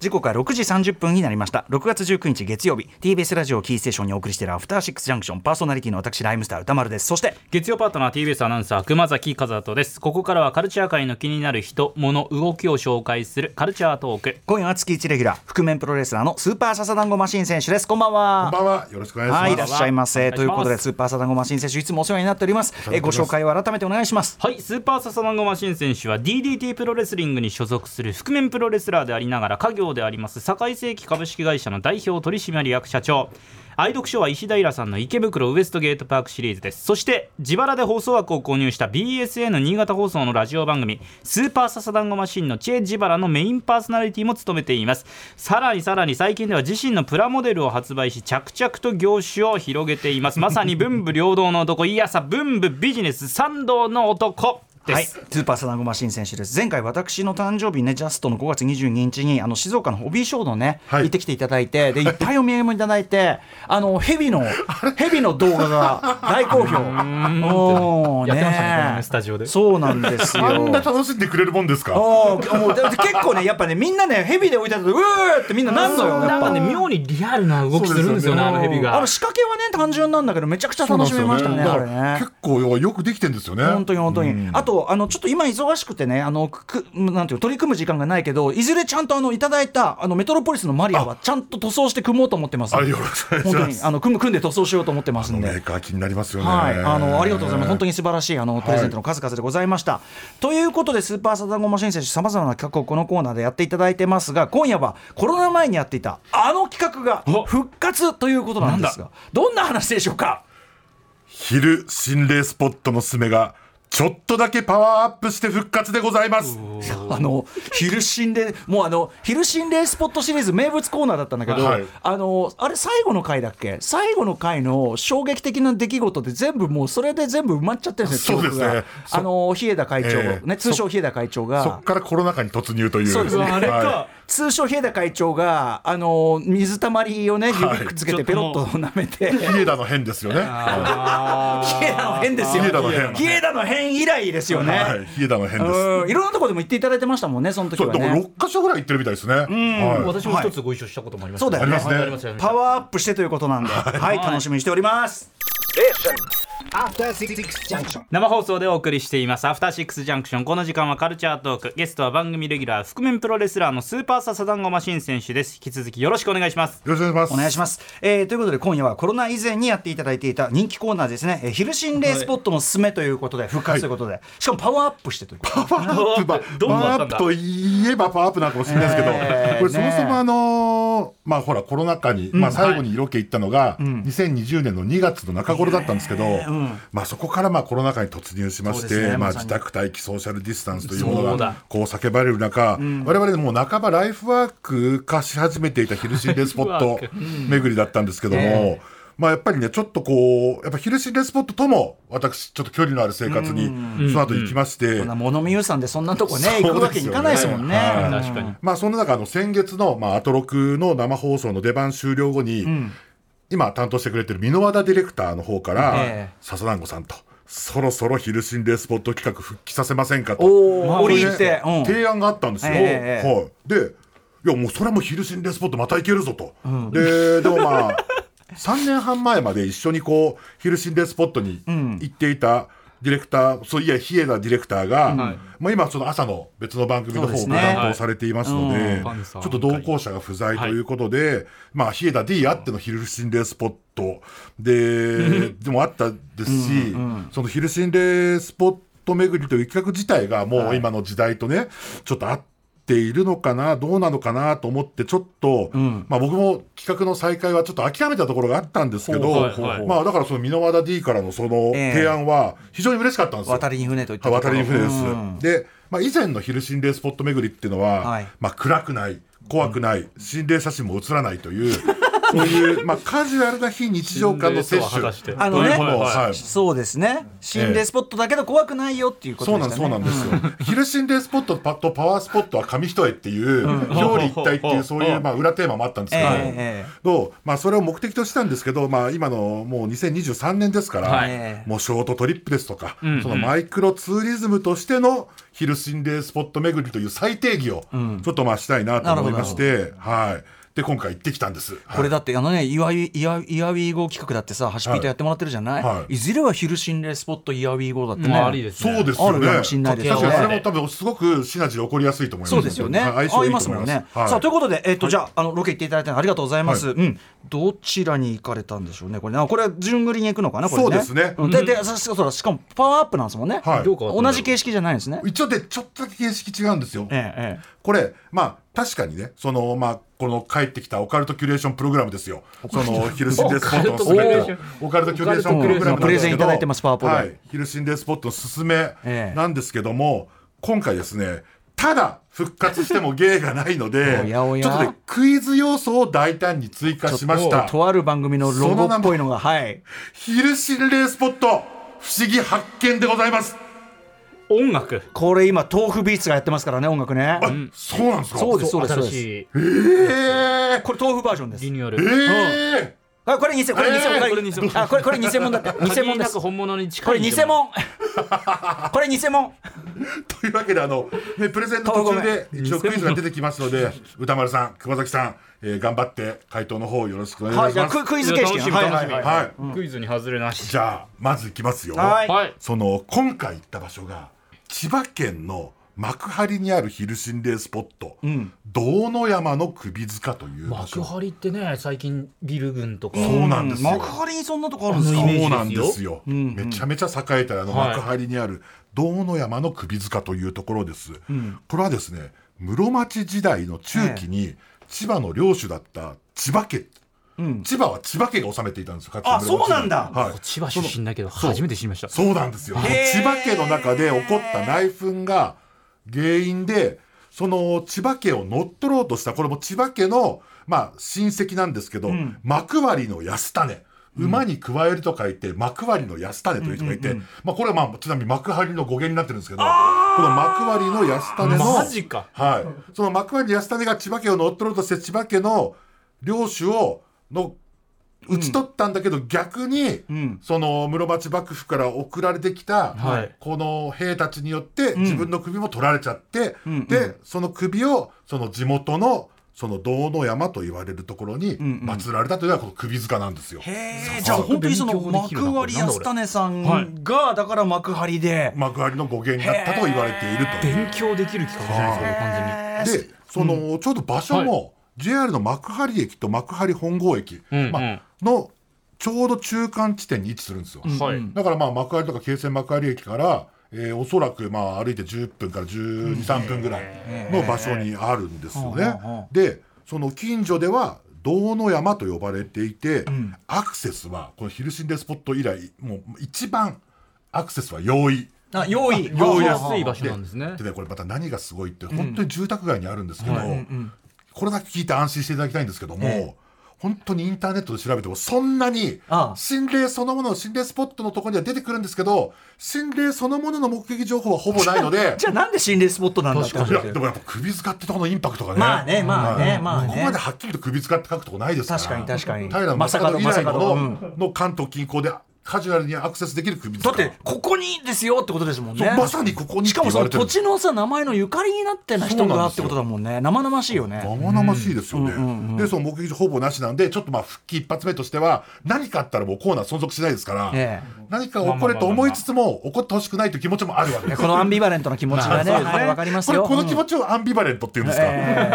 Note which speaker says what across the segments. Speaker 1: 時刻は6時30分になりました6月19日月曜日 TBS ラジオキーステーションにお送りしているアフターシックスジャンクションパーソナリティの私ライムスター歌丸ですそして
Speaker 2: 月曜パートナー TBS アナウンサー熊崎和人ですここからはカルチャー界の気になる人物動きを紹介するカルチャートーク
Speaker 1: 今夜は月1レギュラー覆面プロレスラーのスーパーササダンゴマシン選手ですこんばん
Speaker 3: こん
Speaker 1: は
Speaker 3: ばんは。よろしくお願いします。
Speaker 1: はいいらっしゃいませ
Speaker 2: こ
Speaker 1: とい
Speaker 2: んばんは
Speaker 1: うこと
Speaker 2: お
Speaker 1: で
Speaker 2: 願いします
Speaker 1: スーパーサダンゴマシン選手いつもお世話になっております
Speaker 3: お世話にな
Speaker 1: え
Speaker 3: って
Speaker 1: ご
Speaker 3: おります
Speaker 1: 紹介を改めてお願いします
Speaker 2: はいスーパーササダンゴマシン選手は DDT プロレスリングに所属する覆面プロレスラーでありながら家業であります堺世紀株式会社の代表取締役社長愛読書は石平さんの池袋ウエストゲートパークシリーズですそして自腹で放送枠を購入した BSN 新潟放送のラジオ番組「スーパーササダンゴマシン」のチェ・ジバラのメインパーソナリティも務めていますさらにさらに最近では自身のプラモデルを発売し着々と業種を広げていますまさに文武両道の男いやさ文武ビジネス三道の男です、
Speaker 1: はい、スーパーサナゴマシン選手です前回私の誕生日ねジャストの5月22日にあの静岡のホビーショーのね、
Speaker 3: はい
Speaker 1: 行ってきていただいてでいっぱいお土産もいただいてあのヘビ のヘビの動画が大好評おー
Speaker 2: やってましたね
Speaker 1: え
Speaker 2: この前スタジオで
Speaker 1: そうなんですよ
Speaker 3: あんな楽しんでくれるもんですか。
Speaker 1: おーもうだって結構ねやっぱねみんなねヘビで置いてあるとうーってみんななんのよや
Speaker 2: な
Speaker 1: っ
Speaker 2: んか
Speaker 1: ぱ
Speaker 2: ね妙にリアルな動きするんですよねあのヘビ
Speaker 1: あ
Speaker 2: が
Speaker 1: の仕掛けはね単純なんだけどめちゃくちゃ楽しめましたね
Speaker 3: だ
Speaker 1: あ
Speaker 3: か
Speaker 1: れ
Speaker 3: ら
Speaker 1: ね
Speaker 3: 結構よくできてんですよね。
Speaker 1: 本当に本当に、あとあのちょっと今忙しくてねあのくくなんていうの取り組む時間がないけどいずれちゃんとあのいただいたあのメトロポリスのマリアはちゃんと塗装して組もうと思ってます
Speaker 3: あよろしくお願い
Speaker 1: 本
Speaker 3: し
Speaker 1: 当
Speaker 3: ま
Speaker 1: に
Speaker 3: す。
Speaker 1: あの組む組んで塗装しようと思ってますん
Speaker 3: メ
Speaker 1: で
Speaker 3: ー。カー気になりますよね。
Speaker 1: はい、あのありがとうございます、本当
Speaker 3: に。
Speaker 1: に素晴らしいあのプレゼントの数々でございました。ということで、スーパーサザンゴマシン選手、さまざまな企画をこのコーナーでやっていただいてますが、今夜はコロナ前にやっていたあの企画が
Speaker 2: お
Speaker 1: 復活ということなんですが、どんな話でしょうか、
Speaker 3: 昼心霊スポットのすめがちょっとだけパワーアップして復活でございます。
Speaker 1: あの昼心霊もうあの昼心霊スポットシリーズ名物コーナーだったんだけど、
Speaker 3: はい
Speaker 1: あのあれ最後の回だっけ最後の回の衝撃的な出来事で全部もうそれで全部埋まっちゃってるんですよ
Speaker 3: そうですね
Speaker 1: 記憶が
Speaker 3: そ
Speaker 1: あの日枝会長、
Speaker 3: ええ
Speaker 1: ね通称日枝会長
Speaker 3: そ
Speaker 1: が
Speaker 3: っ。からコロナ禍に突入という。
Speaker 1: そうですね
Speaker 3: はい
Speaker 1: あれか通称日枝会長があの水たまりをね指くっつけてペロッと舐めて、
Speaker 3: ヒエダの変ですよね。は
Speaker 1: ヒエダの変ですよ
Speaker 3: ヒエダの変
Speaker 1: ヒエダの変以来ですよ
Speaker 3: い
Speaker 1: ね、
Speaker 3: はい、ヒエダの変です。
Speaker 1: うんいろんなところでも言っていただいてましたもんねその時
Speaker 3: そ
Speaker 1: は
Speaker 3: う、でも
Speaker 1: ね
Speaker 3: 六箇所ぐらい行ってるみたいですね。はい
Speaker 2: 私も一つご一緒したこともあります
Speaker 1: そうだよね
Speaker 3: ありますね
Speaker 2: はいありますあります
Speaker 1: パワーアップしてということ なんで、はい、楽しみにしております。
Speaker 4: After Six Junction.
Speaker 2: 生放送でお送りしています「アフターシックスジャンクション」この時間はカルチャートークゲストは番組レギュラー覆面プロレスラーのスーパーササダンゴマシン選手です引き続きよろしくお願いします
Speaker 3: よろしくお願いします。
Speaker 1: お願いします、えーということで今夜はコロナ以前にやっていただいていた人気コーナーですね「えー昼心霊スポットのすすめ」ということで復活ということで、しかもパワーアップしてということで
Speaker 3: パワーアップ
Speaker 2: パワーアッ プどう
Speaker 3: パワ
Speaker 2: な
Speaker 3: ー
Speaker 2: った
Speaker 3: ア
Speaker 2: ん
Speaker 3: ッ
Speaker 2: だ
Speaker 3: プといえば パワーアップなのかもしれないですけど、
Speaker 1: えー
Speaker 3: これそもそ
Speaker 1: ねえ
Speaker 3: もあのーまあほらコロナ禍に、まあ最後にロケ行ったのが2020年の2月の中頃だったんですけど、まあそこからまあコロナ禍に突入しまし
Speaker 1: そうです
Speaker 3: て、
Speaker 1: ね
Speaker 3: まあ
Speaker 1: まさに
Speaker 3: 自宅待機ソーシャルディスタンスというも
Speaker 2: そ
Speaker 3: の
Speaker 2: う
Speaker 3: が
Speaker 2: だ
Speaker 3: こう叫ばれる中、我々もう半ばライフワーク化し始めていた昼心霊スポット巡りだったんですけども。まあやっぱりねちょっとこうやっぱ昼心霊スポットとも私ちょっと距離のある生活にその後行きまして、
Speaker 1: こんな物見湯さんでそんなとこね
Speaker 3: そうです
Speaker 1: 行
Speaker 3: よね
Speaker 1: くわけにいかないですもんね。
Speaker 3: はい
Speaker 1: うん
Speaker 2: 確かに
Speaker 3: まあ、そんな中、あの先月の、まあ、アトロクの生放送の出番終了後に、今担当してくれてる箕輪田ディレクターの方から、
Speaker 1: ええ
Speaker 3: 笹団子さんと、そろそろ昼心霊スポット企画復帰させませんかと、
Speaker 1: おー
Speaker 3: まあそういう
Speaker 1: 折り入ってうん
Speaker 3: 提案があったんですよ。
Speaker 1: ええええ
Speaker 3: はい、で、いや、もうそれはもう昼心霊スポットまた行けるぞと。で、でもまあ、3年半前まで一緒にこう、昼心霊スポットに行っていた、ディレクターそういや日枝ディレクターが、まあ、今その朝の別の番組の方
Speaker 1: そうです
Speaker 3: を
Speaker 1: ね
Speaker 3: 担当されていますので、
Speaker 2: んパン
Speaker 3: ち
Speaker 2: サ
Speaker 3: ょ
Speaker 2: ー
Speaker 3: っと同行者が不在ということで、まあ、日枝 D あっての昼心霊スポット で、でもあったですし、その昼心霊スポット巡りという企画自体がもう今の時代とね、ちょっとあっているのかなどうなのかなと思ってちょっと、まあ、僕も企画の再開はちょっと諦めたところがあったんですけど、
Speaker 2: ほうほうほう
Speaker 3: まあ、だからその箕輪田 D からのその
Speaker 1: ええ
Speaker 3: 提案は非常に嬉しかったんですよ。
Speaker 1: 渡りに船といったところ
Speaker 3: 渡り船です、
Speaker 1: うん
Speaker 3: で、まあ、以前の昼心霊スポット巡りっていうのは、
Speaker 1: はい
Speaker 3: まあ、暗くない怖くない心霊写真も写らないという そういう、まあ、カジュアルな非日常感の摂
Speaker 2: 果
Speaker 3: 取。
Speaker 2: たして
Speaker 1: あのね
Speaker 2: はいはいはい
Speaker 3: はい
Speaker 1: そうですね心霊スポットだけど怖くないよっていうこと
Speaker 3: そう
Speaker 1: で
Speaker 3: な
Speaker 1: し
Speaker 3: ん
Speaker 1: たね
Speaker 3: そうなんですよ。昼心霊スポットとパとパワースポットは紙一重っていう、表裏一体っていうそういうまあ裏テーマもあったんですけど、
Speaker 1: えええ
Speaker 3: どうまあそれを目的としたんですけど、まあ今のもう2023年ですから、
Speaker 2: はい
Speaker 3: もうショートトリップですとか、
Speaker 2: んうん
Speaker 3: そのマイクロツーリズムとしての昼心霊スポット巡りという再定義をちょっとまあしたいなと思いまして、はい。で今回行ってきたんです。
Speaker 1: これだってあのねイワイイワイワイーゴー企画だってさハシピートやってもらってるじゃない、、
Speaker 3: はいはい
Speaker 1: ずれは昼心霊スポットイワイーゴーだってね、
Speaker 2: まあありですね
Speaker 3: そうですよね。
Speaker 1: あるかもしんないです
Speaker 2: ね
Speaker 3: 確かにあれも多分すごくシナジー起こりやすいと思います。
Speaker 1: そうですよね。
Speaker 3: はい相
Speaker 1: 合
Speaker 3: 性い
Speaker 1: い
Speaker 3: い
Speaker 1: ま
Speaker 3: と
Speaker 1: す
Speaker 3: 思
Speaker 1: も
Speaker 3: い
Speaker 1: ん
Speaker 3: ます
Speaker 1: ね。。さあという
Speaker 3: は
Speaker 1: ことで、えっとじゃああのロケ行っていただいてありがとうございます。うん。どちらに行かれたんでしょうね。これね、あこれ順繰りに行くのかな。これね
Speaker 3: そうですね
Speaker 1: んででさそうだしかもパワーアップなんですもんね。
Speaker 3: はい
Speaker 2: どう変わったんだろう
Speaker 1: 同じ形式じゃないんですね
Speaker 3: い。。一応でちょっとだけ形式違うんですよ。
Speaker 1: えええ
Speaker 3: これ、まあ、確かにね、その、まあ、この帰ってきたオカルトキュレーションプログラムですよ。その、ヒルシンデスポットのすべてのオカルトキュレーションプログラムなんですけど
Speaker 1: プレゼンいただいてますパワポで
Speaker 3: はい。ヒルシンデスポットのすすめ
Speaker 1: ええ
Speaker 3: なんですけども、今回ですね、ただ復活しても芸がないの で、
Speaker 1: おやおや
Speaker 3: ちょっとね、クイズ要素を大胆に追加
Speaker 1: え
Speaker 3: しました。
Speaker 1: とある番組のロゴっぽいのがはい。
Speaker 3: ヒルシンデスポット、不思議発見でございます。
Speaker 2: 音楽
Speaker 1: これ今豆腐ビーツがやってますからね音楽ね。
Speaker 3: あ、そうなんですか
Speaker 1: そうですそうですそう
Speaker 2: 新
Speaker 1: です。
Speaker 2: しい
Speaker 3: ええ
Speaker 1: これ豆腐バージョンです
Speaker 2: リ。ニューア
Speaker 3: え
Speaker 2: ル
Speaker 3: え
Speaker 1: あこれ偽これ偽
Speaker 3: えー
Speaker 1: 物
Speaker 2: これ偽物
Speaker 1: あこれこれ偽物だって偽 物
Speaker 2: 限り
Speaker 1: で
Speaker 2: な
Speaker 1: す
Speaker 2: く。本物に近い
Speaker 1: これ偽 物。これ偽物。
Speaker 3: というわけであの、ね、プレゼンの途中で一応クイズが出てきますので歌丸さん熊崎さん、えー頑張って回答の方よろしくお願
Speaker 1: はいい
Speaker 3: し
Speaker 1: じゃあ
Speaker 3: ます、
Speaker 1: ククイズ形式。
Speaker 2: いや楽しみ楽しみ
Speaker 3: はい、
Speaker 2: クイズに外れなし
Speaker 3: じゃあまずいきますよ、
Speaker 1: はい
Speaker 2: はい
Speaker 3: その今回行った場所が千葉県の幕張にある昼心霊スポット、堂の山の首塚という場
Speaker 2: 幕
Speaker 3: 所
Speaker 2: 張ってね最近ビル群とか
Speaker 3: そうなんですよ
Speaker 1: 幕張にそんなとこあるんです
Speaker 3: そ
Speaker 1: か
Speaker 2: イメージですよ
Speaker 3: うなんですよ、めちゃめちゃ栄えたあの
Speaker 2: はい
Speaker 3: 幕張にある堂の山の首塚というところです、これはですね室町時代の中期に千葉の領主だった千葉家、千葉は千葉家が治めていたんですよかつて
Speaker 1: あ
Speaker 3: 室町時代
Speaker 1: そうなんだ
Speaker 3: はい、
Speaker 2: 千葉出身だけど初めて知りました
Speaker 3: そうなんですよ
Speaker 1: へー
Speaker 3: 千葉家の中で起こった内紛が原因でその千葉家を乗っ取ろうとしたこれも千葉家の、まあ、親戚なんですけど、幕張の安種馬に加えると書いて幕張の安種という人がいて、まあ、これは、まあ、ちなみに幕張の語源になってるんですけどこの幕張の安種の
Speaker 2: マジか
Speaker 3: はい、その幕張安種が千葉家を乗っ取ろうとして千葉家の領主をの討ち取ったんだけど、逆に、
Speaker 1: ん
Speaker 3: その室町幕府から送られてきた、
Speaker 2: はい
Speaker 3: この兵たちによって自分の首も取られちゃって、でその首をその地元のその堂の山と言われるところに祀られたというのがこの首塚なんですよ。
Speaker 1: へえ
Speaker 3: そう
Speaker 1: じゃあ本当にその
Speaker 2: 勉強でき
Speaker 1: 幕
Speaker 2: るなこれ
Speaker 1: 張安種さんがだから幕張で
Speaker 3: 幕張の語源だったと言われていると。
Speaker 2: 勉強できる企画じゃないです
Speaker 1: へ
Speaker 2: か完全に
Speaker 1: ー
Speaker 3: でその、ちょうど場所も、JR の幕張駅と幕張本郷駅、
Speaker 2: うんうん
Speaker 3: まあのちょうど中間地点に位置するんですよ、
Speaker 2: はい
Speaker 3: だからまあ幕張とか京成幕張駅から、えーおそらくまあ歩いて10分から1 2 3分ぐらいの場所にあるんですよね。でその近所では堂の山と呼ばれていて、アクセスはこの昼心霊スポット以来もう一番アクセスは容易。
Speaker 1: あ用意
Speaker 3: 用意
Speaker 1: あ
Speaker 3: や
Speaker 1: ああ
Speaker 2: 安い場所なんですね
Speaker 3: でねこれまた何がすごいって本当に住宅街にあるんですけど、これだけ聞いて安心していただきたいんですけども、本当にインターネットで調べてもそんなに
Speaker 1: ああ
Speaker 3: 心霊そのもの心霊スポットのところには出てくるんですけど心霊そのものの目撃情報はほぼない ので
Speaker 1: じゃあなんで心霊スポットなんだって
Speaker 3: いや
Speaker 1: 話
Speaker 3: でもやっぱ首塚ってところのインパクトがね
Speaker 1: まあねまあね
Speaker 3: はい
Speaker 1: まあね
Speaker 3: ここまではっきりと首塚って書くとこないですから
Speaker 1: 確かに確かに
Speaker 3: 平
Speaker 1: まさか
Speaker 3: 正
Speaker 1: の
Speaker 3: 門以来
Speaker 1: まさかの
Speaker 3: の,、の関東近郊でカジュアルにアクセスできる首
Speaker 1: だ
Speaker 3: 塚
Speaker 1: ってここにですよってことですもん
Speaker 3: そう
Speaker 1: ね
Speaker 3: まさにここに
Speaker 1: し
Speaker 3: って
Speaker 1: かも
Speaker 3: 言
Speaker 1: その
Speaker 3: われて
Speaker 1: 土
Speaker 3: るんです
Speaker 1: 地のさ名前のゆかりになってない人がってことだもんね生々しいよね
Speaker 3: 生々しいですよね、でその目撃情報ほぼなしなんでちょっとまあ復帰一発目としては何かあったらもうコーナー存続しないですから、
Speaker 1: え
Speaker 3: 何か起これと思いつつも起こってほしくないという気持ちもあるわけ
Speaker 1: い
Speaker 3: で
Speaker 1: や
Speaker 3: す
Speaker 1: このアンビバレントな気持ちが ねはいわかりますよ
Speaker 3: これこの気
Speaker 1: ち
Speaker 3: 持ちをアンビバレントっていうんですか、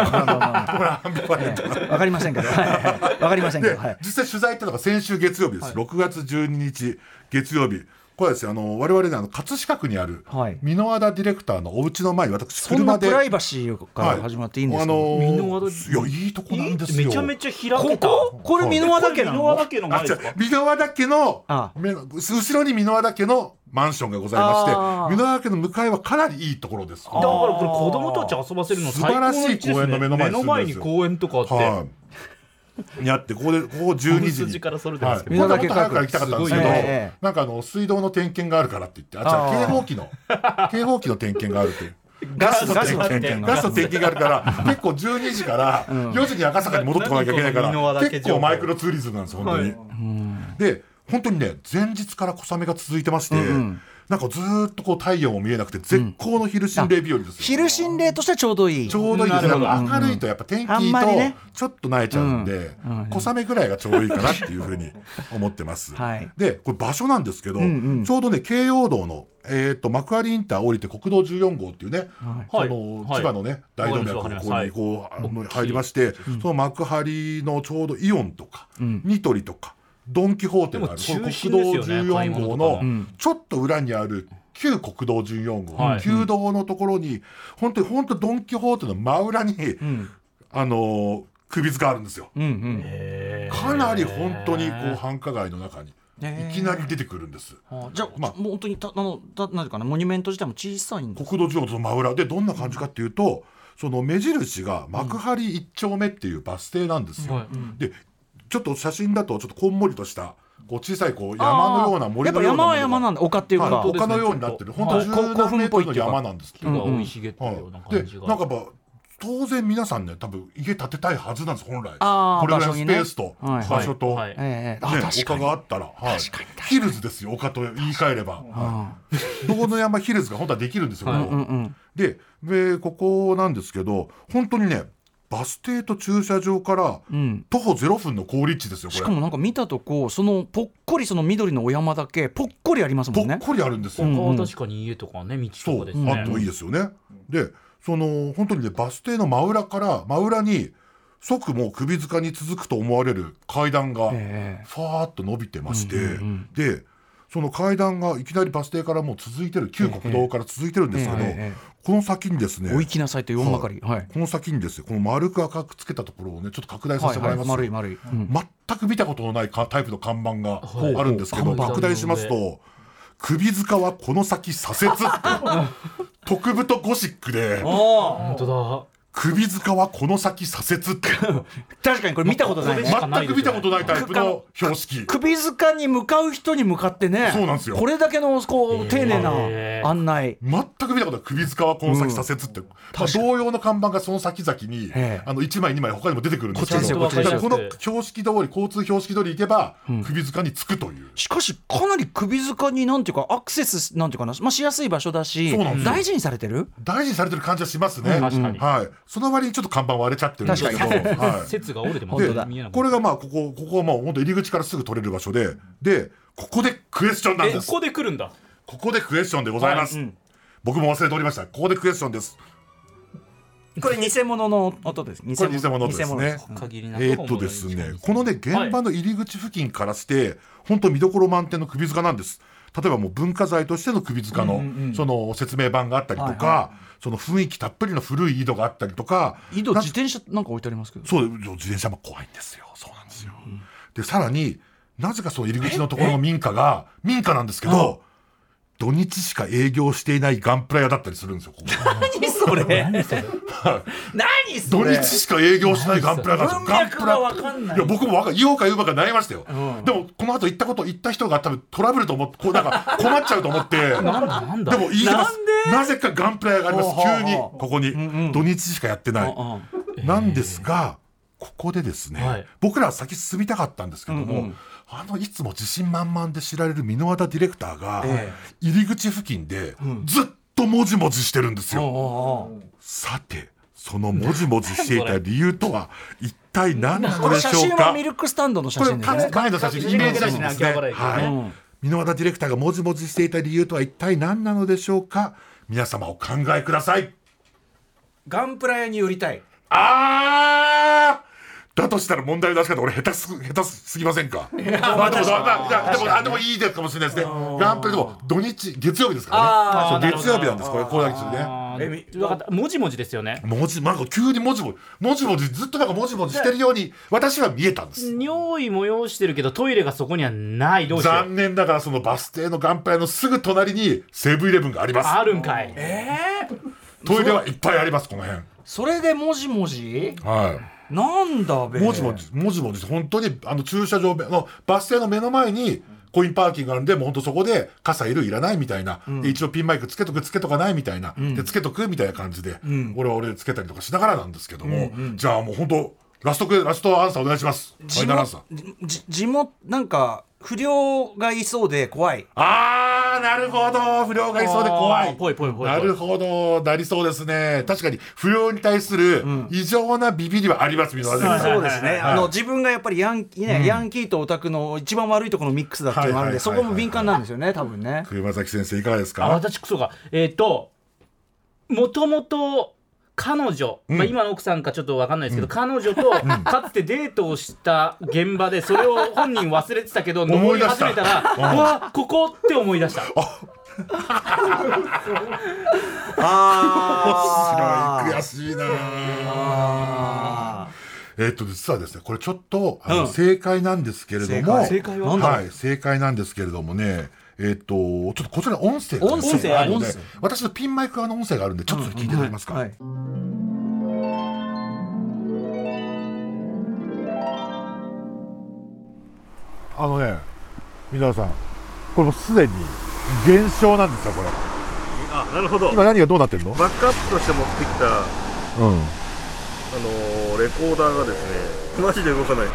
Speaker 3: これアンビバレントな
Speaker 1: わかりませんけどはいはいわかりませんけ
Speaker 3: で
Speaker 1: どはい
Speaker 3: 実際取材行ったのが先週月曜日です、6月12日月曜日これはですねあの我々ねあの葛飾区にある
Speaker 1: はい
Speaker 3: 箕輪田ディレクターのお家の前に私
Speaker 1: そんな
Speaker 3: 車で
Speaker 1: プライバシーから始まっていいんですか
Speaker 3: はあのー
Speaker 2: 箕輪田
Speaker 3: いやいいとこなんですよ
Speaker 2: めちゃめちゃ開け
Speaker 1: こ
Speaker 2: た
Speaker 1: ここれ箕輪だけな
Speaker 2: 箕輪
Speaker 1: の
Speaker 2: 田家の
Speaker 3: あ、
Speaker 2: 前
Speaker 3: 違
Speaker 2: です
Speaker 3: う
Speaker 2: か。
Speaker 3: 箕輪田家の
Speaker 1: ああ
Speaker 3: 目の後ろに箕輪田家のマンションがございまして、
Speaker 1: ああ
Speaker 3: 箕輪田家の向かいはかなりいいところです。
Speaker 2: だからこれ子供たち遊ばせるの最高の位置です、ね、
Speaker 3: 素晴らしい公園の目の前に
Speaker 2: 目の前に公園とかあって、
Speaker 3: はいにあってここでここ12時
Speaker 2: 本筋
Speaker 3: に
Speaker 2: からそれてま
Speaker 3: は
Speaker 2: す
Speaker 3: い
Speaker 2: け
Speaker 1: ど
Speaker 3: 本当はもっと早くから行きたかったんですけど
Speaker 1: すごいねええ
Speaker 3: なんかあの水道の点検があるからって言ってあ
Speaker 1: あー
Speaker 3: 違う警報器の 警報器の点検があるっていう
Speaker 1: ガスガ
Speaker 3: ガ
Speaker 1: ス
Speaker 3: ス
Speaker 1: の
Speaker 3: の
Speaker 1: 点
Speaker 3: 点
Speaker 1: 検
Speaker 3: 検
Speaker 1: が
Speaker 3: ガスの点検があるから結構12時から4時に赤坂に戻ってこなきゃいけないか
Speaker 2: 何この箕輪
Speaker 3: ら
Speaker 2: だけ
Speaker 3: 結
Speaker 2: 情報
Speaker 3: 構マイクロツーリズムなんです本当に。で本当にね前日から小雨が続いてまして、なんかずーっとこう太陽も見えなくて絶好の昼心霊日和ですよ、
Speaker 1: 昼心霊としてはちょうどいい
Speaker 3: ちょうどいいですね
Speaker 2: なるほど
Speaker 3: やっぱ明るいとやっぱ天気
Speaker 1: あんまりね
Speaker 3: とちょっと慣れちゃうんで、小雨ぐらいがちょうどいいかなっていうふうに思ってま す。
Speaker 1: はい
Speaker 3: でこれ場所なんですけど、
Speaker 1: うん
Speaker 3: ちょうどね京葉道の、えー、と幕張インター降りて国道14号っていうね、
Speaker 2: はい
Speaker 3: その
Speaker 2: はい
Speaker 3: 千葉のね、大動脈
Speaker 2: わかり
Speaker 3: の
Speaker 2: ま
Speaker 3: こ
Speaker 2: す
Speaker 3: こ
Speaker 2: わかります
Speaker 3: にこう、あの入りまして、その幕張のちょうどイオンとか、
Speaker 1: ん
Speaker 3: ニトリとかドン・キホーテがある
Speaker 2: でも中心
Speaker 3: この
Speaker 2: ですよね
Speaker 3: 国道14号
Speaker 2: 買い物と
Speaker 3: の
Speaker 2: か
Speaker 1: ん
Speaker 3: ちょっと裏にある旧国道14号、
Speaker 2: はい
Speaker 3: 旧道のところに本当に本当ドン・キホーテの真裏に、
Speaker 1: ん
Speaker 3: あのー首塚あるんですよ。
Speaker 1: うんうん
Speaker 2: へー
Speaker 3: かなり本当にこう繁華街の中にい
Speaker 1: へー
Speaker 3: きなり出てくるんです。
Speaker 1: あじゃあ、
Speaker 3: まあ
Speaker 1: もう本当にたあのだなんていうかなモニュメント自体も小さいんだ
Speaker 3: 国土地方と真裏でどんな感じかっていうとその目印が幕張一丁目っていうバス停なんですよ。
Speaker 2: はい
Speaker 3: でちょっと写真だとちょっとこんもりとしたこう小さいこう山のような森の
Speaker 1: や
Speaker 3: ような
Speaker 1: っぱ山は山なんだ丘っていうか、
Speaker 3: は
Speaker 2: 本当ですね
Speaker 3: 丘のようになってる
Speaker 2: ちょっ
Speaker 3: 本
Speaker 2: と
Speaker 3: 当
Speaker 1: はい
Speaker 3: 10
Speaker 1: 古墳っ
Speaker 3: 何
Speaker 1: ぽい
Speaker 3: メ
Speaker 1: っていうか
Speaker 3: の山なんですけ
Speaker 2: 木
Speaker 3: ど。
Speaker 2: が生い茂った
Speaker 3: はい
Speaker 2: ような感
Speaker 3: で
Speaker 2: じが、
Speaker 3: なんかやっぱ当然皆さんね多分家建てたいはずなんです本来
Speaker 1: あー
Speaker 3: これぐらい
Speaker 1: 場
Speaker 3: の
Speaker 1: 所に
Speaker 3: ス
Speaker 1: ね
Speaker 3: ペースと
Speaker 1: はい
Speaker 3: 場所と、
Speaker 2: はい
Speaker 1: ええあ確
Speaker 3: ね、
Speaker 1: か
Speaker 3: 丘
Speaker 1: に
Speaker 3: があったら、はい、
Speaker 1: 確かに確かに
Speaker 3: ヒルズですよ丘と言い換えれば、はい、どこの山ヒルズが本当はできるんですよ、
Speaker 2: はい
Speaker 3: ここ
Speaker 1: うんうん
Speaker 3: ででここなんですけど本当にねバス停と駐車場から
Speaker 1: うん
Speaker 3: 徒歩0分の好立地ですよ
Speaker 1: し
Speaker 3: こ
Speaker 1: か
Speaker 3: れ
Speaker 1: もなんか見たとこそのぽっこりその緑のお山だけぽっこりありますもん
Speaker 3: ぽ
Speaker 1: ね
Speaker 3: っこりあるんですよ、
Speaker 1: うん
Speaker 2: 他は確かに家とかね道
Speaker 3: そ
Speaker 2: とか
Speaker 3: う、
Speaker 2: ですね
Speaker 3: あってもいいですよねでその本当にねバス停の真裏から真裏に即もう首塚に続くと思われる階段が
Speaker 1: え
Speaker 3: ファーっと伸びてまして、
Speaker 1: うんうんうん
Speaker 3: でその階段がいきなりバス停からもう続いてる旧国道から続いてるんですけど、
Speaker 1: ええええええ
Speaker 3: この先にですね
Speaker 1: えお行きなさいと言わんばかりはい
Speaker 3: この先にですねこの丸く赤くつけたところをねちょっと拡大させてもらいますと、
Speaker 1: 丸い丸い、うん
Speaker 3: 全く見たことのないかタイプの看板が
Speaker 2: はい
Speaker 3: あるんですけ
Speaker 2: ほ
Speaker 3: ど、
Speaker 2: うほう
Speaker 3: 拡大しますと「首塚はこの先左 折」って特太ゴシックで
Speaker 2: 本当
Speaker 3: 「首塚はこの先左 折」って
Speaker 1: 確かにこれ見たことないね
Speaker 2: まかない
Speaker 3: 全
Speaker 2: ですよね
Speaker 3: く見たことないタイプの標識
Speaker 1: 首塚に向かう人に向かってね
Speaker 3: そうなんですよ
Speaker 1: これだけのこう丁寧
Speaker 2: へー
Speaker 1: な案内
Speaker 3: 全く見たことない「首塚はこの先左折」って、まあ同様の看板がその先々に
Speaker 1: ええ
Speaker 3: あの1枚2枚他にも出てくるんですけ
Speaker 1: こっちですよ
Speaker 3: ど
Speaker 1: こっちですよ
Speaker 3: だからこの標識通り交通標識通り行けば、首塚に着くという。
Speaker 1: しかしかなり首塚になんていうかアクセスなんていうかな、まあ、しやすい場所だし
Speaker 3: そうなんですよ
Speaker 1: 大事にされてる
Speaker 3: 大事にされてる感じはしますね。
Speaker 2: 確かに
Speaker 3: はい。その割にちょっと看板割れちゃってるんですけど、
Speaker 1: 確か
Speaker 2: だ
Speaker 3: はい。
Speaker 2: 説が折れてます
Speaker 1: 本当だ
Speaker 2: 見えな
Speaker 3: こ
Speaker 2: れ
Speaker 3: れがまあここここはまあ本当入り口からすぐ取れる場所で、でここでクエスチョンなん
Speaker 2: え
Speaker 3: で
Speaker 2: こ
Speaker 3: す。こ
Speaker 2: こで来るんだ
Speaker 3: こでクエスチョンでございます。
Speaker 1: はいうん
Speaker 3: 僕も忘れておりました。ここでクエスチョンです。
Speaker 1: これ偽物の音です偽
Speaker 3: これ偽物ですね。
Speaker 2: 限りなく
Speaker 3: えーっとですね、このね現場の入り口付近からして、本当見どころ満点の首塚なんです。例えばもう文化財としての首塚の、その説明版があったりとか、その雰囲気たっぷりの古い井戸があったりとか、
Speaker 1: 井戸
Speaker 3: なん
Speaker 1: 自転車なんか置いてありますけど
Speaker 3: そう自転車も怖いんですよそうなんですよ、でさらになぜかその入り口のところの民家が民家なんですけど土日しか営業していないガンプラ屋だったりするんですよここ
Speaker 1: 何それ何それ
Speaker 3: 土日しか営業しないガンプラ屋なんですよガ
Speaker 1: 文
Speaker 3: ン
Speaker 1: 脈
Speaker 3: プ
Speaker 1: が
Speaker 3: ラ
Speaker 1: わかんない
Speaker 3: や僕もわか言おうか言うまか悩みましたよ、でもこの後行ったこと行った人が多分トラブルと思ってこうなんか困っちゃうと思って
Speaker 2: なんだなんだ
Speaker 3: でも言いますなぜかガンプラ屋があります
Speaker 1: ほうほうほう
Speaker 3: 急にここに、土日しかやってない、
Speaker 1: あ
Speaker 3: なんですが、ここでですね、
Speaker 2: はい
Speaker 3: 僕らは先進みたかったんですけども、あのいつも自信満々で知られる箕輪田ディレクターが、
Speaker 1: え
Speaker 3: 入り口付近でずっともじもじしてるんです
Speaker 1: あ
Speaker 3: よ。
Speaker 1: あ
Speaker 3: さてそのもじもじしていた理由とは一体何な
Speaker 1: あこ
Speaker 3: の
Speaker 1: れ
Speaker 3: でし
Speaker 1: 写
Speaker 3: ょう
Speaker 1: 真は
Speaker 3: か
Speaker 1: ミルクスタンドの写
Speaker 3: これ
Speaker 1: 真ですね
Speaker 3: 前の写真イメージ写真ですね。
Speaker 2: 確か
Speaker 3: は
Speaker 2: に
Speaker 3: い。箕輪田ディレクターがもじもじしていた理由とは一体何なのでしょうか皆様お考えください。
Speaker 1: ガンプラ屋に寄りたい
Speaker 3: あーだとしたら問題の出し方俺下手す下手すぎませんかまあでもまあまあいやでもあでもいいですかもしれないですねガンプラでも土日月曜日ですからねそう月曜日なんですこれこうだけするね
Speaker 2: えみわかったもじもじですよね
Speaker 3: 文字なんか急に文字も文字文字ずっとなんか文字文字してるように私は見えたんです
Speaker 2: 尿意催してるけどトイレがそこにはないどうしよう
Speaker 3: 残念ながらそのバス停のガンプラのすぐ隣にセブンイレブンがあります
Speaker 2: あるんかい
Speaker 3: トイレはいっぱいありますこの辺
Speaker 1: それでもじもじ
Speaker 3: はい
Speaker 1: なんだべ
Speaker 3: もじもじ、もじもじ、本当に、あの、駐車場、あの、バス停の目の前に、コインパーキングがあるんで、もう本当そこで、傘いる、いらないみたいな、で一応ピンマイクつけとく、つけとかないみたいな、で、つけとくみたいな感じで、俺は俺でつけたりとかしながらなんですけども、じゃあもう本当、ラストク、ラストアンサーお願いします。ファイナルアンサー。
Speaker 1: じ地元なんか不良がいそうで怖い
Speaker 3: あー、なるほど。不良がいそうで怖
Speaker 2: あー
Speaker 3: い。
Speaker 2: ぽいぽいぽいぽい
Speaker 3: なるほど。なりそうですね。確かに、不良に対する異常なビビりはあります、皆さん。
Speaker 2: はい
Speaker 1: そうですね、
Speaker 2: はい
Speaker 1: あの自分がやっぱりヤンキー、ねヤンキーとオタクの一番悪いところのミックスだっていうのがあるんで、
Speaker 3: はいはいは
Speaker 1: そこ
Speaker 3: いはい
Speaker 1: も敏感なんですよね、多分 ね。
Speaker 3: 車崎先生、いかがです
Speaker 2: あ
Speaker 3: か
Speaker 2: 私こそがえっ、ともともと彼女、まあ、今の奥さんかちょっと分かんないですけど、彼女とかつてデートをした現場でそれを本人忘れてたけど登り始めたら「うわここ!」って思い出した
Speaker 1: あ
Speaker 3: 悔しいなあえっと、実はですね、これちょっと、あの、正解なんですけれども、
Speaker 1: 正解は
Speaker 3: はい、正解なんですけれどもね、えっと、ちょっとこちら音声が
Speaker 1: 音声
Speaker 3: あるので
Speaker 1: 音声、
Speaker 3: 私のピンマイク側の音声があるんで、ちょっとそれ聞いていただけますか。
Speaker 1: はい、
Speaker 3: あのね、皆さん、これもうすでに減少なんですよ、これ。
Speaker 5: あなるほど
Speaker 3: 今何がどうなってんの
Speaker 5: バックアップとして持ってきた、あ
Speaker 3: うん。
Speaker 5: のーレコーダーがですねマジで動かない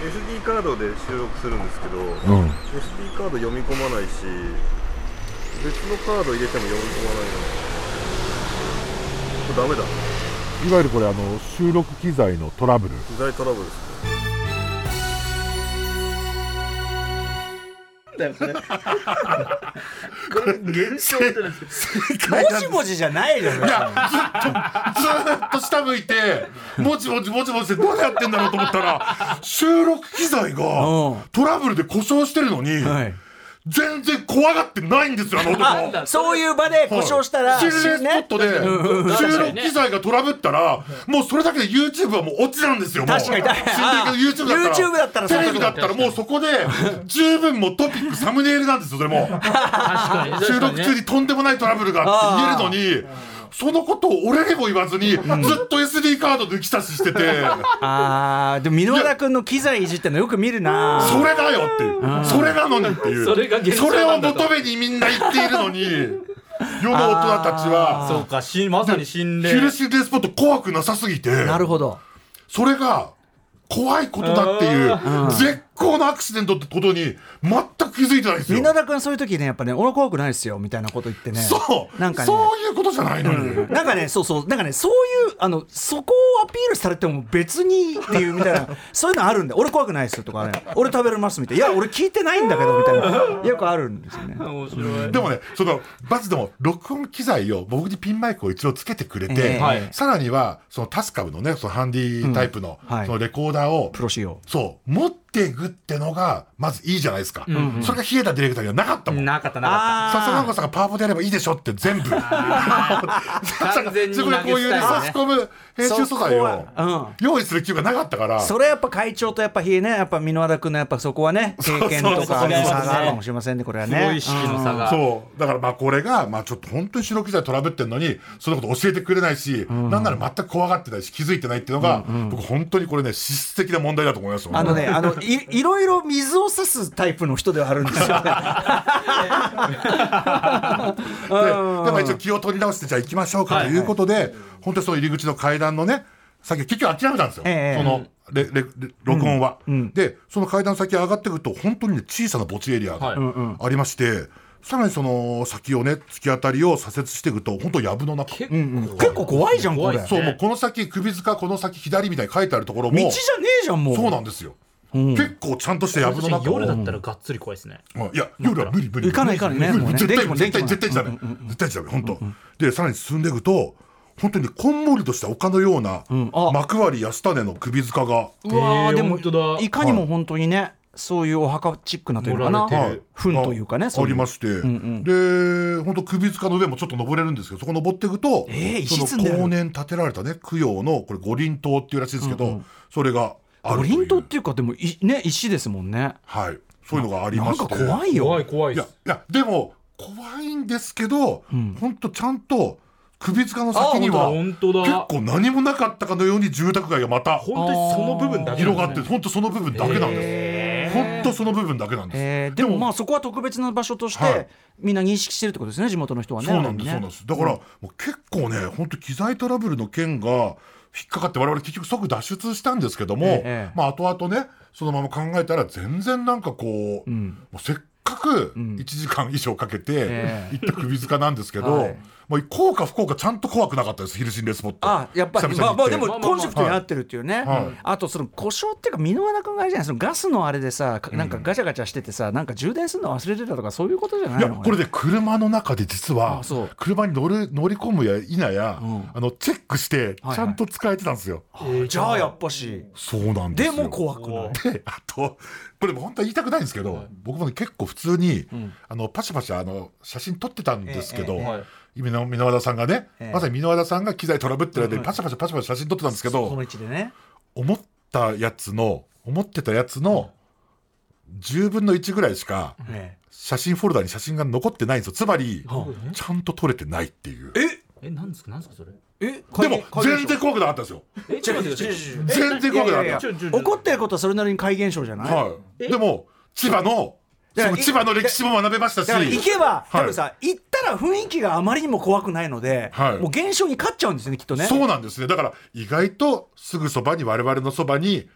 Speaker 5: SD カードで収録するんですけど、
Speaker 3: うん。
Speaker 5: SD カード読み込まないし別のカード入れても読み込まないのこれダメだ
Speaker 3: いわゆるこれ、あの、収録機材のトラブル。
Speaker 5: 時代トラブルです
Speaker 1: もじもじじゃないよね。
Speaker 3: ずーっと下向いて、もちもちもちもちってどうやってんだろうと思ったら、収録機材が
Speaker 1: うん
Speaker 3: トラブルで故障してるのに、
Speaker 1: はい
Speaker 3: 全然怖がってないんですよ、あの男。
Speaker 1: そういう場で故障したら、
Speaker 3: 心霊スポッ
Speaker 1: ね、
Speaker 3: トで収録機材がトラブったら、もうそれだけで YouTube はもう落ちなんですよ、もう。
Speaker 1: 確かに確かに
Speaker 3: 心霊系の YouTube だった
Speaker 1: YouTube だ
Speaker 3: ら、
Speaker 1: ったら
Speaker 3: テレビだったらもうそこで、十分もうトピック、サムネイルなんですよ、それも。
Speaker 2: 確かに
Speaker 3: 収録中にとんでもないトラブルがあって言えるのに、そのことを俺にも言わずに、ずっと SD カード抜き差ししてて、
Speaker 1: あーでも箕輪田君の機材いじってんのよく見るな
Speaker 3: それだよっていう、それなのにっていう、
Speaker 2: それが現状
Speaker 3: それ
Speaker 2: な
Speaker 3: を
Speaker 2: んだと
Speaker 3: 求めにみんな言っているのに、世の大人たち
Speaker 2: そう
Speaker 3: は、
Speaker 2: かしまさに心霊
Speaker 3: ヒルシデスポット怖くなさすぎて、
Speaker 1: なるほど
Speaker 3: それが怖いことだっていう、絶好のアクシデントってことに、全く気づいてないんですよ
Speaker 1: 箕。輪田君そういう時ねやっぱね俺怖くないですよみたいなこと言ってね
Speaker 3: そう、
Speaker 1: なんかね
Speaker 3: そういうことじゃないのに。
Speaker 1: なんかね、そうそう、なんかね、そういう、あの、そこをアピールされても別にっていうみ たいな、そういうのあるんで、俺怖くないですよとかね、俺食べれますみたいな、いや、俺聞いてないんだけどみたいな、よくあるんですよね。
Speaker 2: 面白い
Speaker 3: でもね、その、まずでも、録音機材を、僕にピンマイクを一応つけてくれ
Speaker 1: え
Speaker 3: て
Speaker 1: え
Speaker 2: はい、
Speaker 3: さらには、そのタスカブのね、そのハンディタイプの
Speaker 1: うんは、い
Speaker 3: そのレコーダーを
Speaker 1: プ、ロ仕様。
Speaker 3: そう、持っていくってのが、まずいいじゃないですか。それが冷えたディレクターにはなかったもん。
Speaker 2: なかったなかっ
Speaker 3: 笹中さんがパワポでやればいいでしょって 全部。
Speaker 2: 完全に
Speaker 3: 自分がこういう
Speaker 2: 投げ捨て
Speaker 3: ね、
Speaker 2: た
Speaker 3: 差
Speaker 2: ね
Speaker 3: し込む編集素材
Speaker 1: そ
Speaker 3: を
Speaker 1: こはうん
Speaker 3: 用意する気がなかったから、
Speaker 1: それはやっぱ会長とやっぱひえね、やっぱ箕輪田君のやっぱそこはね、経験とかの差があるかもしれませんね、これは
Speaker 2: たすごい
Speaker 1: ね
Speaker 2: 意。識の差が、
Speaker 3: そうだからまあこれが、まあ、ちょっと本当に白機材トラブってんのにそんなこと教えてくれないし、なんなら全く怖がってないし気づいてないっていうのが、僕本当にこれね資質的な問題だと思いますよ
Speaker 1: あのね、あのいいろいろ水を差すタイプの人ではあるんですよね。
Speaker 3: ででも一応気を取り直してじゃあ行きましょうかということで、本当にその入り口の階段のねさっき結局諦めたんですよ、
Speaker 1: ええ
Speaker 3: そのレレレ録音は、でその階段先上がってくると本当にね小さな墓地エリア
Speaker 2: はい
Speaker 3: が
Speaker 2: うん
Speaker 3: ありまして、さらにその先をね突き当たりを左折していくと本当藪の中
Speaker 2: 結
Speaker 1: 結構怖いじゃん、こ
Speaker 2: 怖い
Speaker 1: れ。
Speaker 2: っ
Speaker 1: 道
Speaker 2: す
Speaker 1: じ
Speaker 3: そう、もうこの先、首塚、この先、左みたいに書いてあるところ
Speaker 1: ゃね
Speaker 3: も、
Speaker 1: えじゃん、もう。
Speaker 3: そうなんですよ。結構ちゃんとして藪の中を
Speaker 2: 夜だったらがっつり怖いですね
Speaker 3: うんいや、夜は無理無理。
Speaker 1: 行かない行かないね
Speaker 3: 無理
Speaker 1: もうね
Speaker 3: 絶
Speaker 1: 電気も
Speaker 3: 対、
Speaker 1: 電
Speaker 3: 絶対、絶
Speaker 1: 気
Speaker 3: 対ダメ。絶対ダメ、本当。で、さらに進んでいくと、本当にこんもりとした丘のような、
Speaker 1: あ
Speaker 3: 幕張安種の首塚が、
Speaker 1: うわー
Speaker 2: えー
Speaker 1: でも
Speaker 2: 本当だ
Speaker 1: いかにも本当にねそういうお墓チックなというのかな
Speaker 2: 盛ら
Speaker 3: はい
Speaker 1: 糞というかね
Speaker 3: あ
Speaker 1: そう
Speaker 3: あ
Speaker 1: いう
Speaker 3: りまして、で本当首塚の上もちょっと登れるんですけどそこ登っていくと、
Speaker 1: えー石
Speaker 3: そ
Speaker 1: 積ん
Speaker 3: の
Speaker 1: である
Speaker 3: 後年建てられたね供養のこれ五輪塔っていうらしいですけど、それがあ
Speaker 1: 五
Speaker 3: るという
Speaker 1: 輪塔っていうかでもいね石ですもんね
Speaker 3: はいそういうのがあり
Speaker 1: な
Speaker 3: ま
Speaker 1: ん
Speaker 3: して
Speaker 1: か怖い
Speaker 2: 怖
Speaker 1: よ
Speaker 2: い怖い
Speaker 3: い
Speaker 2: で
Speaker 3: や
Speaker 2: す
Speaker 3: いやでも怖いんですけど、ほんとちゃんと首塚の先に
Speaker 2: あ
Speaker 3: は
Speaker 2: 本当だ
Speaker 3: 結構何もなかったかのように住宅街がまた
Speaker 2: 本当にその部分だけなんですね
Speaker 3: 広がって本当その部分だけなんです本当その部分だけなんです、
Speaker 1: えーでもまあそこは特別な場所として、
Speaker 3: はい
Speaker 1: みんな認識してるってことですね地元の人はね
Speaker 3: そうなんです、
Speaker 1: ね
Speaker 3: そうなんです。だから、もう結構ね、本当機材トラブルの件が引っかかって、我々結局即脱出したんですけども、
Speaker 1: ええ
Speaker 3: まあ後々ね、そのまま考えたら全然なんかこう、
Speaker 1: ん
Speaker 3: もうせっかく1時間以上かけて
Speaker 1: え
Speaker 3: 行った首塚なんですけど、
Speaker 1: はい
Speaker 3: まあ効か不効かちゃんと怖くなかったです、昼心霊スポット。
Speaker 1: あやっぱり
Speaker 3: 久
Speaker 1: まあ
Speaker 3: 々に
Speaker 1: まあ
Speaker 3: 行
Speaker 1: で
Speaker 3: って
Speaker 1: もコンセプトに合ってるっていうね、
Speaker 3: はい
Speaker 1: うんあとその故障っていうか箕輪田君があれじゃないそのガスのあれでさかなんかガチャガチャしててさなんか充電するの忘れてたとかそういうことじゃないい
Speaker 3: や
Speaker 1: の
Speaker 3: これで車の中で実は
Speaker 1: あそう
Speaker 3: 車に乗る乗り込むや否や、
Speaker 1: ん
Speaker 3: あのチェックして
Speaker 1: はい
Speaker 3: ちゃんと使えてたんですよ、
Speaker 1: あじゃあやっぱし
Speaker 3: そうなんです
Speaker 1: で
Speaker 3: よ
Speaker 1: も怖くない
Speaker 3: であとこれも本当は言いたくないんですけど、僕もね結構普通に、あのパシャパシャあの写真撮ってたんですけど、
Speaker 1: えええ
Speaker 3: 今の箕輪田さんがね、
Speaker 1: ええ
Speaker 3: まさに箕輪田さんが機材トラブってる間にパシャパシャパシャパシャ写真撮ってたんですけど、
Speaker 1: この位置でね
Speaker 3: 思ったやつの思ってたやつの10分の1ぐらいしか
Speaker 1: え
Speaker 3: 写真フォルダに写真が残ってないんですよつまり、
Speaker 1: は
Speaker 3: ちゃんと撮れてないっていう
Speaker 2: えなんですかなんですかそれ
Speaker 1: ええ
Speaker 3: でも全然怖くなかったんですよ
Speaker 2: えちょっと待ってください
Speaker 3: 全然怖くなかった
Speaker 2: ちょちょちょ
Speaker 1: 怒ってることはそれなりに怪現象じゃない、
Speaker 3: はい、でも千葉の
Speaker 1: いや
Speaker 3: その千葉の歴史も学べましたし
Speaker 1: だから行けば、
Speaker 3: はい
Speaker 1: 多分さ行ったら雰囲気があまりにも怖くないので、
Speaker 3: はい
Speaker 1: もう現象に勝っちゃうんですよねきっとね
Speaker 3: そうなんですねだから意外とすぐそばに我々のそばに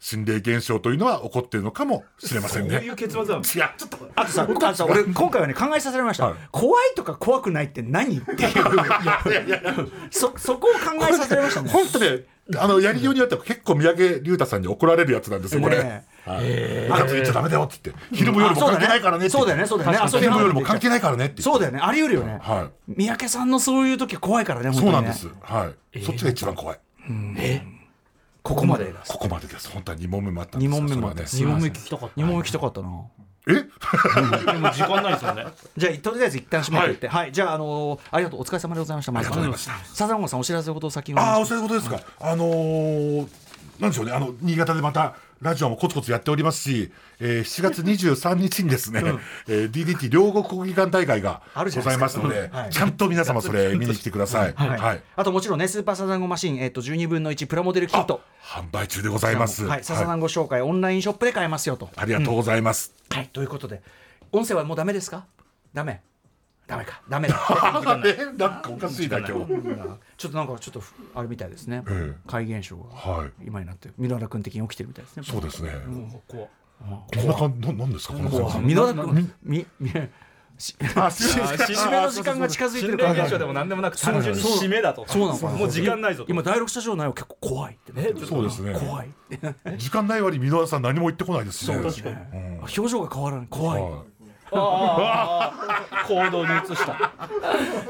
Speaker 3: 心霊現象というのは起こっているのかもしれません
Speaker 2: こうい
Speaker 3: ね
Speaker 2: う結末はち
Speaker 3: いやちょっと
Speaker 1: あと さ、あとさ俺今回はね考えさせられました、
Speaker 3: はい
Speaker 1: 怖いとか怖くないって何 っていうそそこを考えさせられましたね
Speaker 3: 本当ねあのやりようによっては結構三宅龍太さんに怒られるやつなんですよこれ、
Speaker 1: ね
Speaker 3: はい、部活行っちゃダメだよって言って昼も夜も関係ないからねって
Speaker 1: そうだよねそうだよねそうだ
Speaker 3: 昼
Speaker 1: よね遊び
Speaker 3: も夜も関係ないからねって言って
Speaker 1: そうだよねあり得るよね、
Speaker 3: は
Speaker 1: 三宅さんのそういう時怖いからね本当
Speaker 3: そう
Speaker 1: にね
Speaker 3: なんです、はい、そっちが一番怖い
Speaker 1: ここまでです
Speaker 3: ここまでです本当は2問目もあったんで
Speaker 1: 二
Speaker 3: すが
Speaker 1: 問目も
Speaker 3: それはね
Speaker 1: 二問目聞きたかった二問目聞きたかったな
Speaker 3: え
Speaker 2: ょでも時間ないですもんね
Speaker 1: じゃあとりあえず一旦閉めていってはい、じゃああのーありがとうお疲れ様でございましたありがとうございましたサザンゴさんお知らせのことを先にお願いし
Speaker 3: あ
Speaker 1: ま
Speaker 3: あ、
Speaker 1: す
Speaker 3: おそういうことですか。あのーなんでしょうね。あの新潟でまたラジオもコツコツやっておりますし、えー、7月23日にですね、えー DDT 両国国技館大会が
Speaker 1: あ
Speaker 3: ご
Speaker 1: るじゃな
Speaker 3: ざ
Speaker 1: い
Speaker 3: い
Speaker 1: で
Speaker 3: ますす
Speaker 1: か
Speaker 3: ので、
Speaker 1: はい
Speaker 3: ちゃんと皆様それ見に来てください。はい。
Speaker 1: あともちろんねスーパーサザンゴマシン、えっと12分の1プラモデルキット
Speaker 3: 販売中でございます。
Speaker 1: はい、笹団子紹介、オンラインショップで買えますよと。
Speaker 3: ありがとうございます。
Speaker 1: はい、ということで、音声はもうダメですかダメダメか、ダメだ。
Speaker 3: あれなんかおかしいな今日。
Speaker 1: ちょっとなんか、ちょっとふ、あれみたいですね
Speaker 3: ええ。
Speaker 1: 怪現象が
Speaker 3: はい。
Speaker 1: 今になって、ミララ君的に起きてるみたいですね。
Speaker 3: そうですね。
Speaker 2: 怖
Speaker 3: こんな感じ、ななんですかこの感じ。
Speaker 1: ミララ君、み、み、し締めの時間が近づいてるから。
Speaker 2: でも何でもなく単純に締めだと
Speaker 1: そうなのかな
Speaker 2: もう時間ないぞと
Speaker 1: 今第六スタジオ内は結構怖いってね
Speaker 3: そうですね。
Speaker 1: 怖いって
Speaker 3: 時間ない割に箕輪さん何も言ってこないですしね。
Speaker 2: 確かに
Speaker 1: 表情が変わらない怖い
Speaker 3: はい
Speaker 2: 行動に移した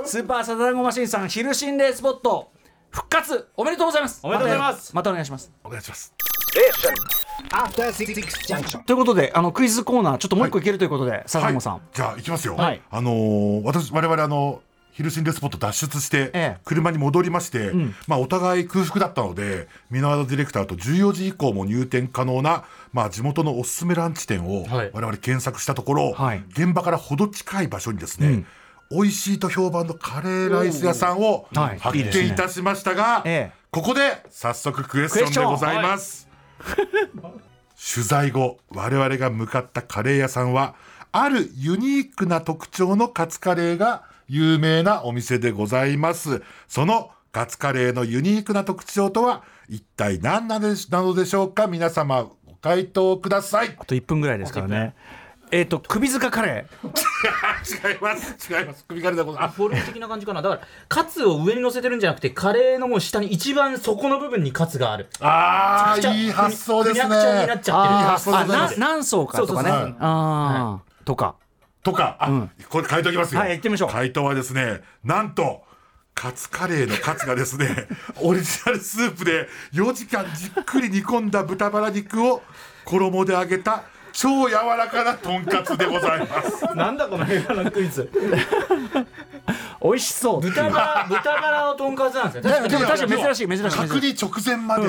Speaker 1: スーパーサザンゴマシンさん昼心霊スポット復活おめでとうございます
Speaker 2: おめでとうございます
Speaker 1: またねまたお願いします
Speaker 3: お願いします。
Speaker 4: After Six Junction.
Speaker 1: ということであのクイズコーナーちょっともう一個いけるということで、サザンゴさん、
Speaker 3: はい、じゃあ行きますよ、
Speaker 1: はい
Speaker 3: あのー私我々あの昼心霊スポット脱出して、
Speaker 1: ええ
Speaker 3: 車に戻りまして、まあ、お互い空腹だったので箕輪田ディレクターと14時以降も入店可能な、まあ、地元のおすすめランチ店を
Speaker 2: は
Speaker 3: 我
Speaker 2: い
Speaker 3: 々検索したところ、
Speaker 1: はい
Speaker 3: 現場からほど近い場所にですね、美味しいと評判のカレーライス屋さんを
Speaker 1: おーはい
Speaker 3: 発
Speaker 1: いいですね
Speaker 3: 見いたしましたが、
Speaker 1: ええ
Speaker 3: ここで早速クエスチョンでございます。取材後我々が向かったカレー屋さんはあるユニークな特徴のカツカレーが有名なお店でございますそのカツカレーのユニークな特徴とは一体何なのでなのでしょうか皆様ご回答ください違い
Speaker 1: あと1分ぐらいですからねえっ、と首塚カレー
Speaker 3: ます違います首からでございます
Speaker 2: フォルム的な感じかなだからカツを上に乗せてるんじゃなくてカレーのもう下に一番底の部分にカツがある
Speaker 3: あーいい発想ですね
Speaker 2: ふにゃくちゃになっちゃってる
Speaker 3: いい発想で
Speaker 1: あ
Speaker 3: ございま
Speaker 1: な
Speaker 3: す
Speaker 1: 何層かとかね
Speaker 2: そう
Speaker 3: そうそう
Speaker 1: あー、とか
Speaker 3: とか、あ、これ回答いきますよ。
Speaker 1: はい行ってみましょう
Speaker 3: 回答はですね、なんと、カツカレーのカツがですね、 オリジナルスープで4時間じっくり煮込んだ豚バラ肉を衣で揚げた超柔 らかなとんかつでございます。
Speaker 2: なんだこの映画のクイズ
Speaker 1: 美味しそう
Speaker 2: 豚バラ豚バラのとんかつなんですね
Speaker 1: 確かにでも確かに珍しい珍しい珍しい
Speaker 3: 角煮直前まで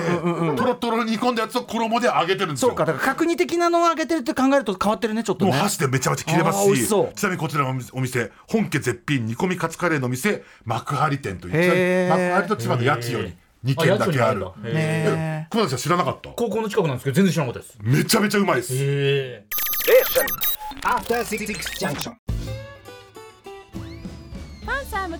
Speaker 3: とろとろ煮込んだやつを衣で揚げてるんです
Speaker 1: そ
Speaker 3: よ
Speaker 1: うかだから角煮的なのをあげてるって考えると変わってるねちょっと
Speaker 3: もう
Speaker 1: ね
Speaker 3: 箸でめちゃめちゃ切れます
Speaker 1: あー美味し
Speaker 3: し
Speaker 1: そう
Speaker 3: ちなみにこちらのお店本家絶品煮込みカツカレーの店幕張店という
Speaker 1: へー
Speaker 3: ちなみに幕張と千葉の八千代に2軒
Speaker 2: あ八
Speaker 3: だけある
Speaker 2: 千代にあるんだへー
Speaker 1: ね
Speaker 3: 熊崎さん知らなかった
Speaker 2: 高校の近くなんですけど全然知らなかったです
Speaker 3: めちゃめちゃうまいです
Speaker 2: へえ
Speaker 4: After Six Junction.
Speaker 6: パンサー向